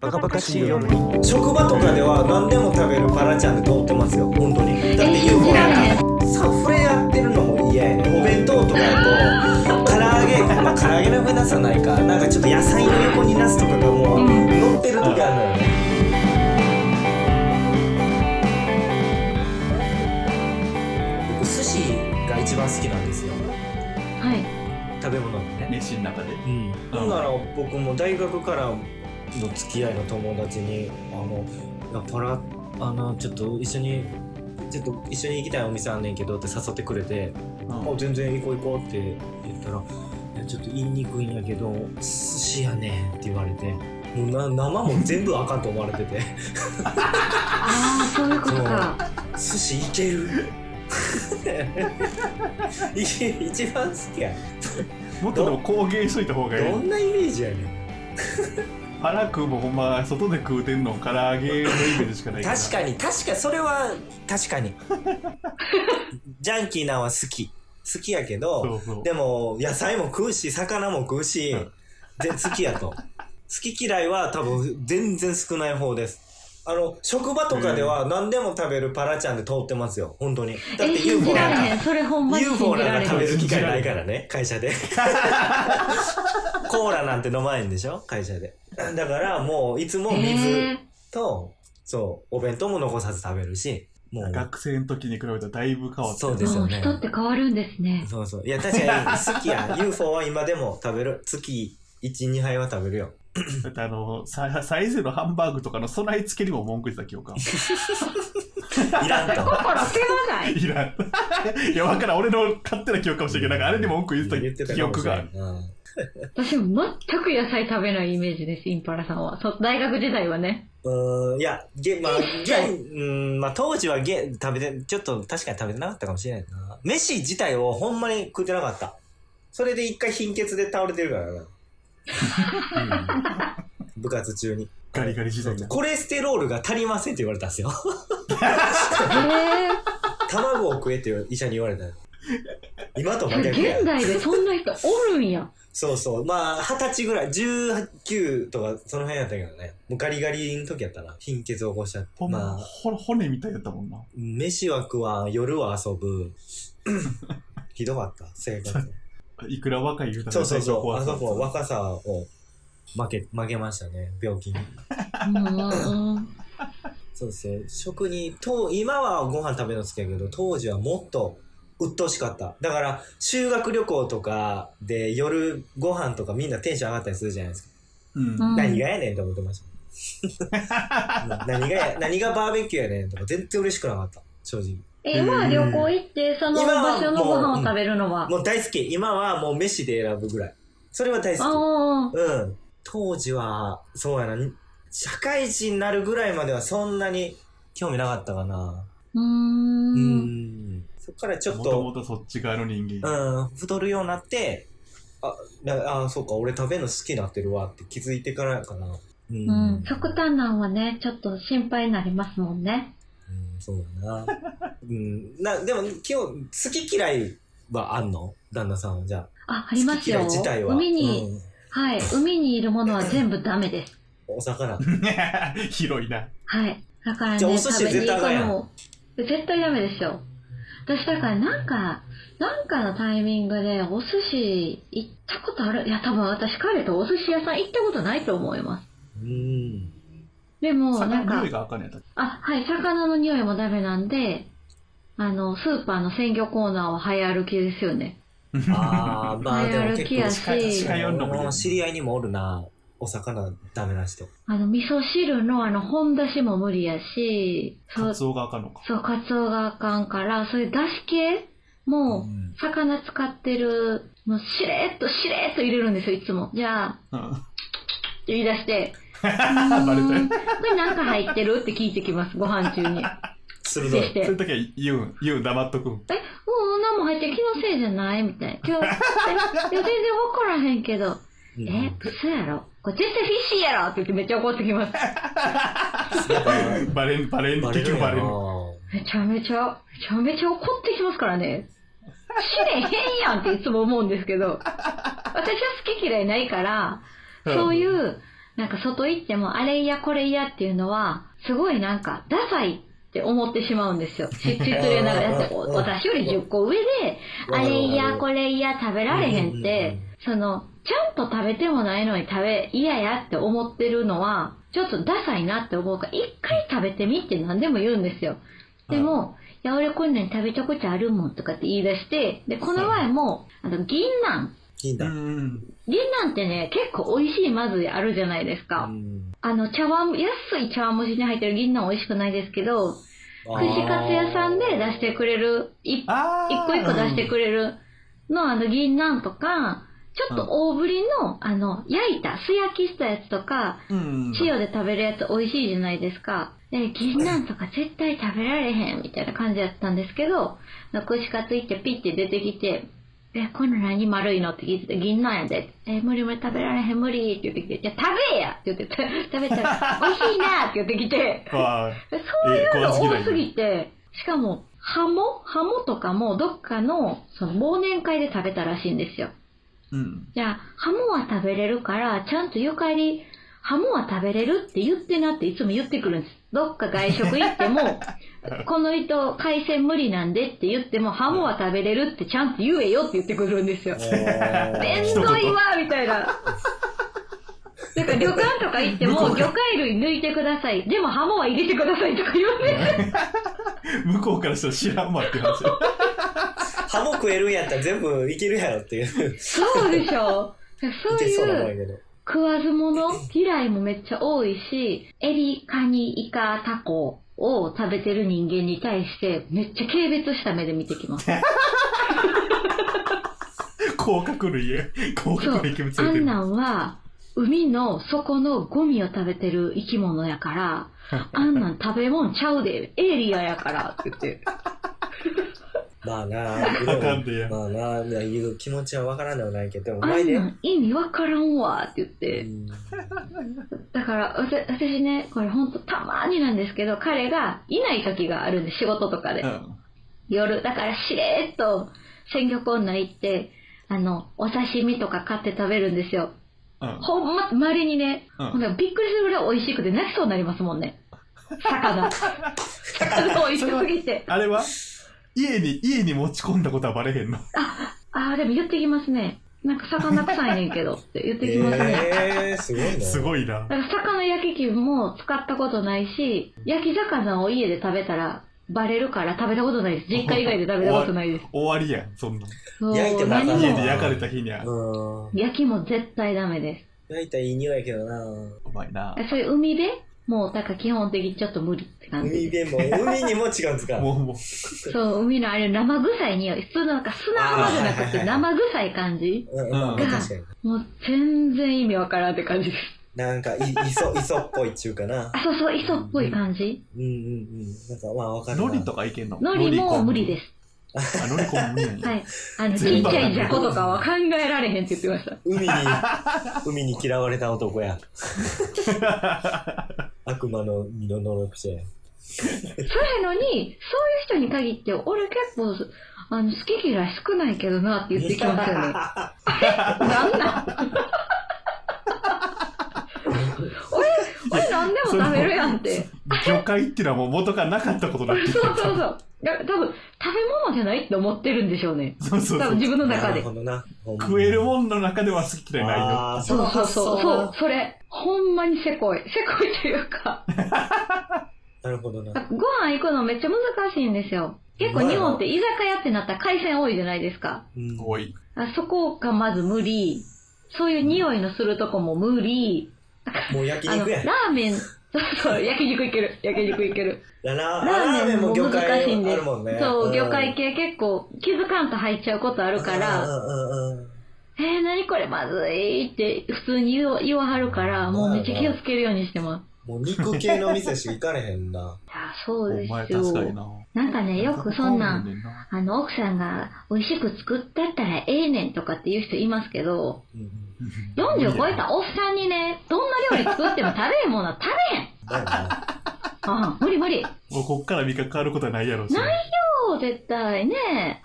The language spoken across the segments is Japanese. バカバカしいよ職場とかでは何でも食べるパラちゃんで通ってますよ本当にだってえ UFO やん嫌やかさ触れ合ってるのも嫌やねお弁当とかやと唐揚げまあ唐揚げの上なさないかなんかちょっと野菜の横にナスとかがもううん乗ってる時あるのよね僕寿司が一番好きなんですよはい食べ物のね飯の中でうん、ほんなら僕も大学からの付き合いの友達に「あのいやパラあのちょっと一緒にちょっと一緒に行きたいお店あんねんけど」って誘ってくれて「もう全然行こう行こう」って言ったら「いやちょっと言いにくいんやけど寿司やねん」って言われて。もうな生も全部あかんと思われて てああそういうことか寿司いける いけ一番好きやもっとでも公言しといた方がいどいんなイメージやねん腹食うもほんま外で食うてんの唐揚げのイメージしかないから確かに確かそれは確 かにジャンキーなんは好き好きやけどそうそうでも野菜も食うし魚も食うし、うんで好きやと好き嫌いは多分全然少ない方ですあの職場とかでは何でも食べるパラちゃんで通ってますよ本当にだっえて UFO 信じらなんれへかんそれほんまに信 UFO じらなれんへかん食べる機会ないからね会社で コーラなんて飲まないんでしょ会社でだからもういつも水、えと、そう、お弁当も残さず食べるし、もう、学生の時に比べたらだいぶ変わったそうー、ですよねもう人って変わるんですねそうそう。いや、確かに、好き や。UFO は今でも食べる。月1、2杯は食べるよ。だってあのさサイゼのハンバーグとかの備え付けにも文句言ってた記 憶あるいらんと。心手がないいらんいやわからん俺の勝手な記憶かもしれんけどなんかあれに文句言言っってたてた記かも憶しがれあんるうん私も全く野菜食べないイメージですインパラさんはそう大学時代はねうーん、いや、げ、まあ、げ、うん、まあ、当時はげ、食べて、ちょっと確かに食べてなかったかもしれないな。飯自体をほんまに食ってなかった。それで一回貧血で倒れてるからな。うん部活中に。ガリガリ時代だコレステロールが足りませんって言われたんですよ。え卵を食えって医者に言われたよ今とー、真逆や現代でそんな人おるんやそうそうまあ二十歳ぐらい19とかその辺やったけどねもうガリガリの時やったな貧血を起こしちゃってほんままあほ骨みたいだったもんな飯は食わん夜は遊ぶひどかった生活いくら若い言うたらそうそう体調そう壊あすそこは若さを負け負けましたね病気にうんうんそうですね食にと今はご飯食べるの好きやけど当時はもっと鬱陶しかっただから修学旅行とかで夜ご飯とかみんなテンション上がったりするじゃないですか、うんうん何がやねんと思ってましたうん 何がや何がバーベキューやねんとか全然嬉しくなかった正直え今は旅行行ってその今は場所のご飯を食べるのはもう大好き今はもう飯で選ぶぐらいそれは大好あきうん当時はそうやな社会人になるぐらいまではそんなに興味なかったかなあーうーんんそっからちょっもとともとそっち側の人間、うん、太るようになって、あ、なあそうか、俺食べるの好きになってるわって気づいてからかな。うん。うん、極端なんはね、ちょっと心配になりますもんね。うん、そうだな。 うん。な、でも、今日、好き嫌いはあんの旦那さんは、じゃあ。あ、ありますよ。好き嫌い自体は。海に、うんはい、海にいるものは全部ダメです。お魚。 広いなはい。だからじゃあおね、寿司食べ絶に行く対あかのんやも、絶対ダメですよ。私だからなんか、なんかのタイミングでお寿司行ったことあるいや、多分私彼とお寿司屋さん行ったことないと思います。うん。でも、な魚んのか匂い、があかんねやったあ、はい、魚の匂いもダメなんで、あの、スーパーの鮮魚コーナーは早歩きですよね。あ あ、まあでも早歩結きや構し近い、近い近いもう知り合いにもおるな。お魚ダメな人。あの、味噌汁のあの、本出しも無理やし、そカう、ツオがあかんのかそう、カツオがあかんから、そういう出汁系も、ん。魚使ってる、もう、しれーっと、しれーっと入れるんですよ、いつも。じゃうあ、んって言い出して、バレたよこれなんか入ってるって聞いてきます、ご飯中に。鋭そしい。て、そううんいう時は言うん、言うん、黙っと くん。うん、何も入ってる気のせいじゃないみたいな。今日、えいや、全然わからへんけど、うんえ、嘘やろこれ絶対フィッシーやろって言ってめっちゃ怒ってきます。バレん、バレん、バレ結局るよバ レる。な。めちゃめちゃ、めちゃめちゃ怒ってきますからね。知れへんやんっていつも思うんですけど、私は好き嫌いないから、そういう、なんか外行ってもあれ嫌これ嫌っていうのは、すごいなんか、ダサいって思ってしまうんですよ。し失礼ながら、だってお私より10個上で、あれ嫌これ嫌食べられへんって、その、ちゃんと食べてもないのに食べ、嫌やって思ってるのは、ちょっとダサいなって思うから、一回食べてみって何でも言うんですよ。でも、いや、俺こんなん食べたことあるもんとかって言い出して、で、この前も、あの、銀杏。いいんだ。ん。銀杏ってね、結構美味しいまずいあるじゃないですか。うんあの、茶碗、安い茶碗蒸しに入ってる銀杏美味しくないですけど、あ串ーカツ屋さんで出して くれる、一あー一個一個出してくれるの、あの、銀杏とか、ちょっと大ぶりの、あの、焼いた、素焼きしたやつとか、うん。塩で食べるやつ美味しいじゃないですか。で、銀杏とか絶対食べられへんみたいな感じだったんですけど、串カツ行ってピッて出てきて、え、この何丸いのって聞いてて、銀杏やで。え、無理無理食べられへん無理って言ってきて、じゃ食べえやって言って、 食べた ら、美味しいなって言ってきて、はそういうえのー怖すぎない多すぎて、しかも、ハモハモとかもどっかの、その忘年会で食べたらしいんですよ。い。うん。 じゃあ、ハモは食べれるから、ちゃんとゆかり、ハモは食べれるって言ってなっていつも言ってくるんです。どっか外食行って も、この人海鮮無理なんでって言っても、ハモは食べれるってちゃんと言えよって言ってくるんですよ。おーめんどいわみたい な。なんか旅館とか行っても、魚介類抜いてください。でもハモは入れてくださいとか言われて。向こうからしたら知らんわって話。 ハモ食えるんやったら全部いけるやろっていう。いそうでしょ。そうけそうなもんいやうけど。食わず物嫌いもめっちゃ多いし、エビ、カニ、イカ、タコを食べてる人間に対して、めっちゃ軽蔑した目で見てきます。甲殻類へ、甲そう。殻類決めつあいてんる。なんは、海の底のゴミを食べてる生き物やから、あんなん食べ物ちゃうで、エイリアンやからって言って。まあなあ、わかんねえやまあなあ、いう気持ちはわからんではないけど、でもうあまいんねな。ん意味わからんわって言っうて。んだから、わた私ね、これほんとたまになんですけど、彼がいない時があるんで、仕事とかで。夜、だからしれーっと鮮魚コーナー行って、あの、お刺身とか買って食べるんですよ。うん。うん。ほんま、稀にね、うんほんならびっくりするぐらい美味しくて泣きそうになりますもんね。魚。 魚美味しすぎて。あれは家に、家に持ち込んだことはバレへんの。あー、でも言ってきますね。なんか魚臭いねんけどって言ってきますね。えー、すごいな。すごいなだ。から魚焼き器も使ったことないし、焼き魚を家で食べたらバレるから食べたことないです。実家以外で食べたことないです。終わりやん、そんなん。そう焼いても何あ家でも焼かれた日には、うん。焼きも絶対ダメです。焼いたらいい匂いやけどなうまいな。そういう海辺もう、だから基本的にちょっと無理って感海じ。辺 も、海にも違うんですか。もう、もう、そう、海のあれ生臭い匂い。普通のなんか砂浜じゃなくてあー生臭い感じうん、まあうん確かに。もう全然意味わからんって感じです。なんか、い、磯、磯っぽいっちゅうかな。あ、そうそう、磯っぽい感じ。うんうんうん。なんか、まあわかるな。海苔とかいけんの。海苔も無理ですす。あ、海苔こん無理なんやはい。あの、ち全っ部ちゃいじゃことかは考えられへんって言ってました。 海に、海に嫌われた男や。悪魔の身の能力者や。そうやのに、そういう人に限って、俺結構、あの、好き嫌い少ないけどなって言ってきます よね。なんなん 俺、俺何でも食べるやんって。魚介っていうのはもう元からなかったことだってそうそうそう。だから多分、食べ物じゃないって思ってるんでしょうね。そうそ多うそ分う。自分の中なるでほ。どな。食えるん。もんの中では好き嫌いないよ。あーそうそうそう。そのそう、それ。ほんまにせこい。 せこいというか。なるほどな。ご飯行くのめっちゃ難しいんですよ。結構日本って居酒屋ってなったら海鮮多いじゃないですか。うん多い。あそこがまず無理。そういう匂いのするとこも無理。もう焼あの、肉ラや。ーメン、そうそう、焼肉いける。焼肉いける。ラ ララーメンも魚難しいん介あでるもんね。す。そう、ん魚介系結構気づかんと入っちゃうことあるから、うんうんうんえー、何これまずいって普通に言わ言わはるから、もうめっちゃ気をつけるようにしてます。もう肉系の店しか行かれへんな。いや、そうおです前よ確。かにな。なんかね、よくそんな、うんんな。あの、奥さんが美味しく作ったったらええねんとかっていう人いますけど、うんうん40超えたおっさんにね、どんな料理作っても食べ んものは食べへんだよな。あ無理無理。もうこっから味覚変わることはないやろうし。ないそう、絶対ね。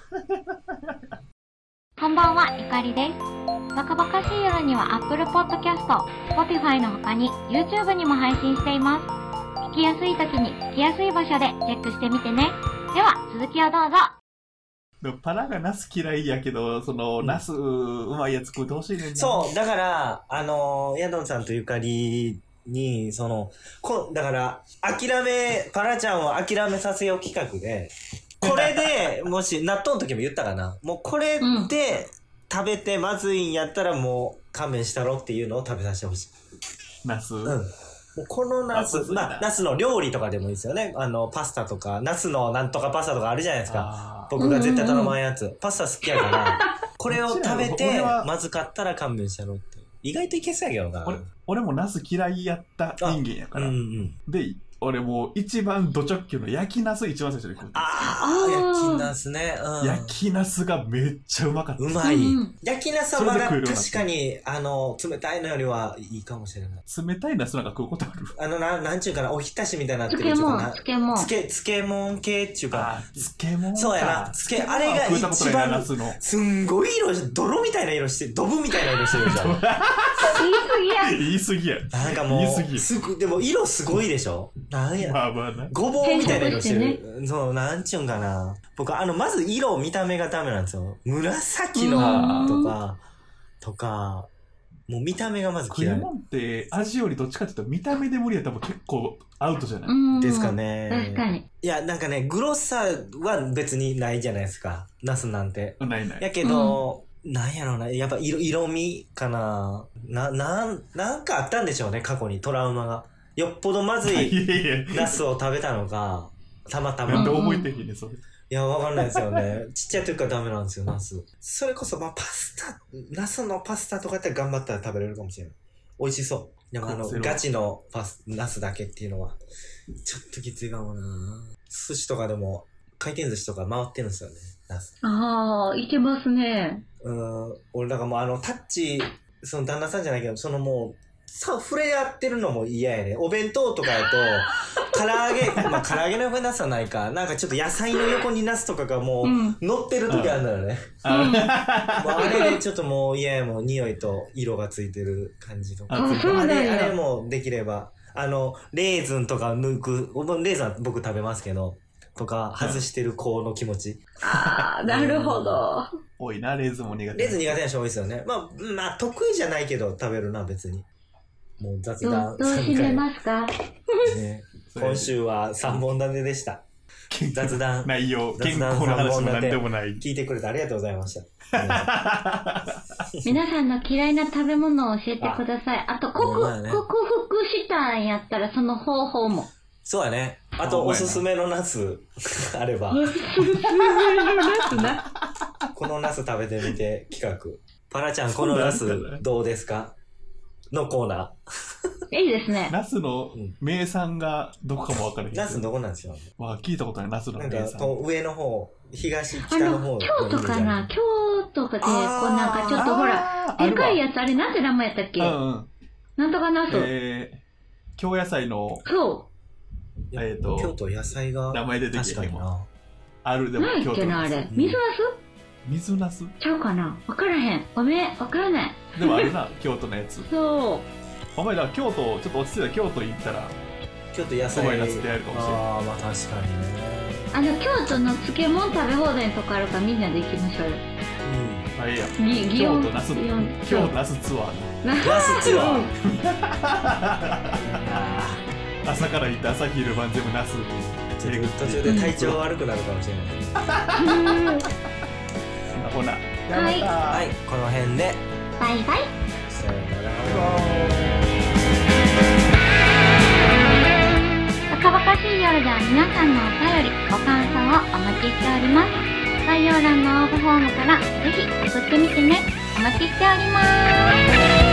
こんばんは、ゆかりです。バカバカしい夜には Apple Podcast、Spotify の他に YouTube にも配信しています。聞きやすい時に聞きやすい場所でチェックしてみてね。では、続きをどうぞ。でもパラがナス嫌いやけど、その、ナスうまいやつ食うてほしいねんな。そう、だから、あのー、ヤドンさんとゆかりに、その、こだから、諦め、パラちゃんを諦めさせよう企画で、これ で、もし、納豆の時も言ったかな。もうこれうんで、食べてまずいんやったらもう勘弁したろっていうのを食べさせてほしい。ナス。うん。もうこのナスあそう、だまあ、ナスの料理とかでもいいですよね。あの、パスタとか、ナスのなんとかパスタとかあるじゃないですか。あー僕が絶対頼まんやつ。パスタ好きや から、これを食べこっちなのて俺は、まずかったら勘弁したろって。意外といけそうやけどな。俺俺もナス嫌いやった人間やかうんら。うん。で、俺もう一番ド直球の焼きナス一番最初に食う。ああーあ、焼きナスね。焼きナスがめっちゃうまかった。うん。うまいうん。焼きナスはまだそれで食えるようになった確かに、あの、冷たいのよりはいいかもしれない。冷たいナスなんか食うことあるあの、ななんちゅうかな、おひたしみたいになってる漬ちょっと物、な漬物。つけ、漬物系っていうか、あー、漬物か。そうやな漬けあれがは食うたことない一な、番ナスの。すんごい色し、泥みたいな色して、ドブみたいな色して るじゃん。言い過ぎや。言い過ぎや。なんかも言い過ぎう、すぐ、でも色すごいでしょなんや。まあまあな。ごぼうみたいな色して変色る。そう、なんちゅうんかな。僕、あの、まず色、見た目がダメなんですよ。紫のうとんか、とか、もう見た目がまず食い嫌い物って味よりどっちかっていうと見た目で無理やったらもう結構アウトじゃない、うん。ですか。ね。確か。に。いや、なんかね、グロさは別にないじゃないですか。ナスなんて。ないない。やけど、なんやろうな。やっぱ色、色味かな。な、なん、なんかあったんでしょうね、過去にトラウマが。よっぽどまずいいやいやいナスを食べたのか、たまたや。なまんで。覚えてへんねん、それ。いや、わかんないですよね。 ちっちゃい時からダメなんですよ、ナス。それこそ、まあ、パスタ、ナスのパスタとかやったら頑張ったら食べれるかもしれない。美味しそう。でも、あの、コンセロガチのパス、ナスだけっていうのは、ちょっときついかもな寿司とかでも、回転寿司とか回ってるんですよね、ナス。ああ、いけますね。うーん、俺、だからもう、あの、タッチ、その旦那さんじゃないけど、そのもう、さ、触れ合ってるのも嫌やね。お弁当とかや と、唐揚げ、まあ、唐揚げの横にナスはないか。なんかちょっと野菜の横にナスとかがもう、うん。乗ってる時あるんだよね。あもうあれでちょっともう嫌やもん匂いと色がついてる感じとか。ああ、そうあなんれ、あれや。もできれば。あの、レーズンとか抜く、もうレーズンは僕食べますけど、とか、外してる子の気持ち。ああ、なるほど。多いな、レーズンも苦手。レーズン苦手な人多いですよね。まあ、まあ、得意じゃないけど食べるな、別に。もう雑ど談う、どうしめますかねそれ今週は3本立てでした。健康雑談。内容、雑健談康の話も雑談何でもない。聞いてくれてありがとうございました。 皆さんの嫌いな食べ物を教えてください。あと、克まあね克服したんやったら、その方法も。そうやね。あほと、んまおやなすすめのナス あれば。このナス食べてみて企画。 パラちゃん、このナスそんなんあるかなどうですかのコーナいいですね。ナスの名産がどこかもわからへんけー。ど。ナスどこなんでしょわあ聞いたことない、ナスうのなん名か、産。と上の方、東、あ北のの方、京都かな京都かで、こうあーなんかちょっとほら、らでかいやつ、あれなんて名前やったっけうんうん。なんとかなそう。えー、京野菜のそイメージあるえーと京都野菜が、名前出てき確てかへんにわ。な。あるでう。もなんや京っけ都な、のあれ。うん水な水ナスすちゃうかなわからへん。ごめん、わからない。でもあるな、 京都のやつ。そお前ら京都、ちょっと落ち着いたら京都行ったら、京都野そ菜ばにナス出会えるかもしれない。ああ、まあ確かにね。う。あの、京都の漬物食べ放題のとこあるからみんなで行きましょううよ。ん。あ、ええやん。ぎ祇京園都ナス、祇園京都ナスツアーねナ スツアうーん。朝から行って朝昼晩全部ナス。ちょっと途中で体調悪くなるかもしれない。ほな。はいははい、この辺で。バイバイ。さよなら。バカバカしい夜では皆さんのお便り、ご感想をお待ちしております。概要欄の応募フォームからぜひ送ってみてね。お待ちしております。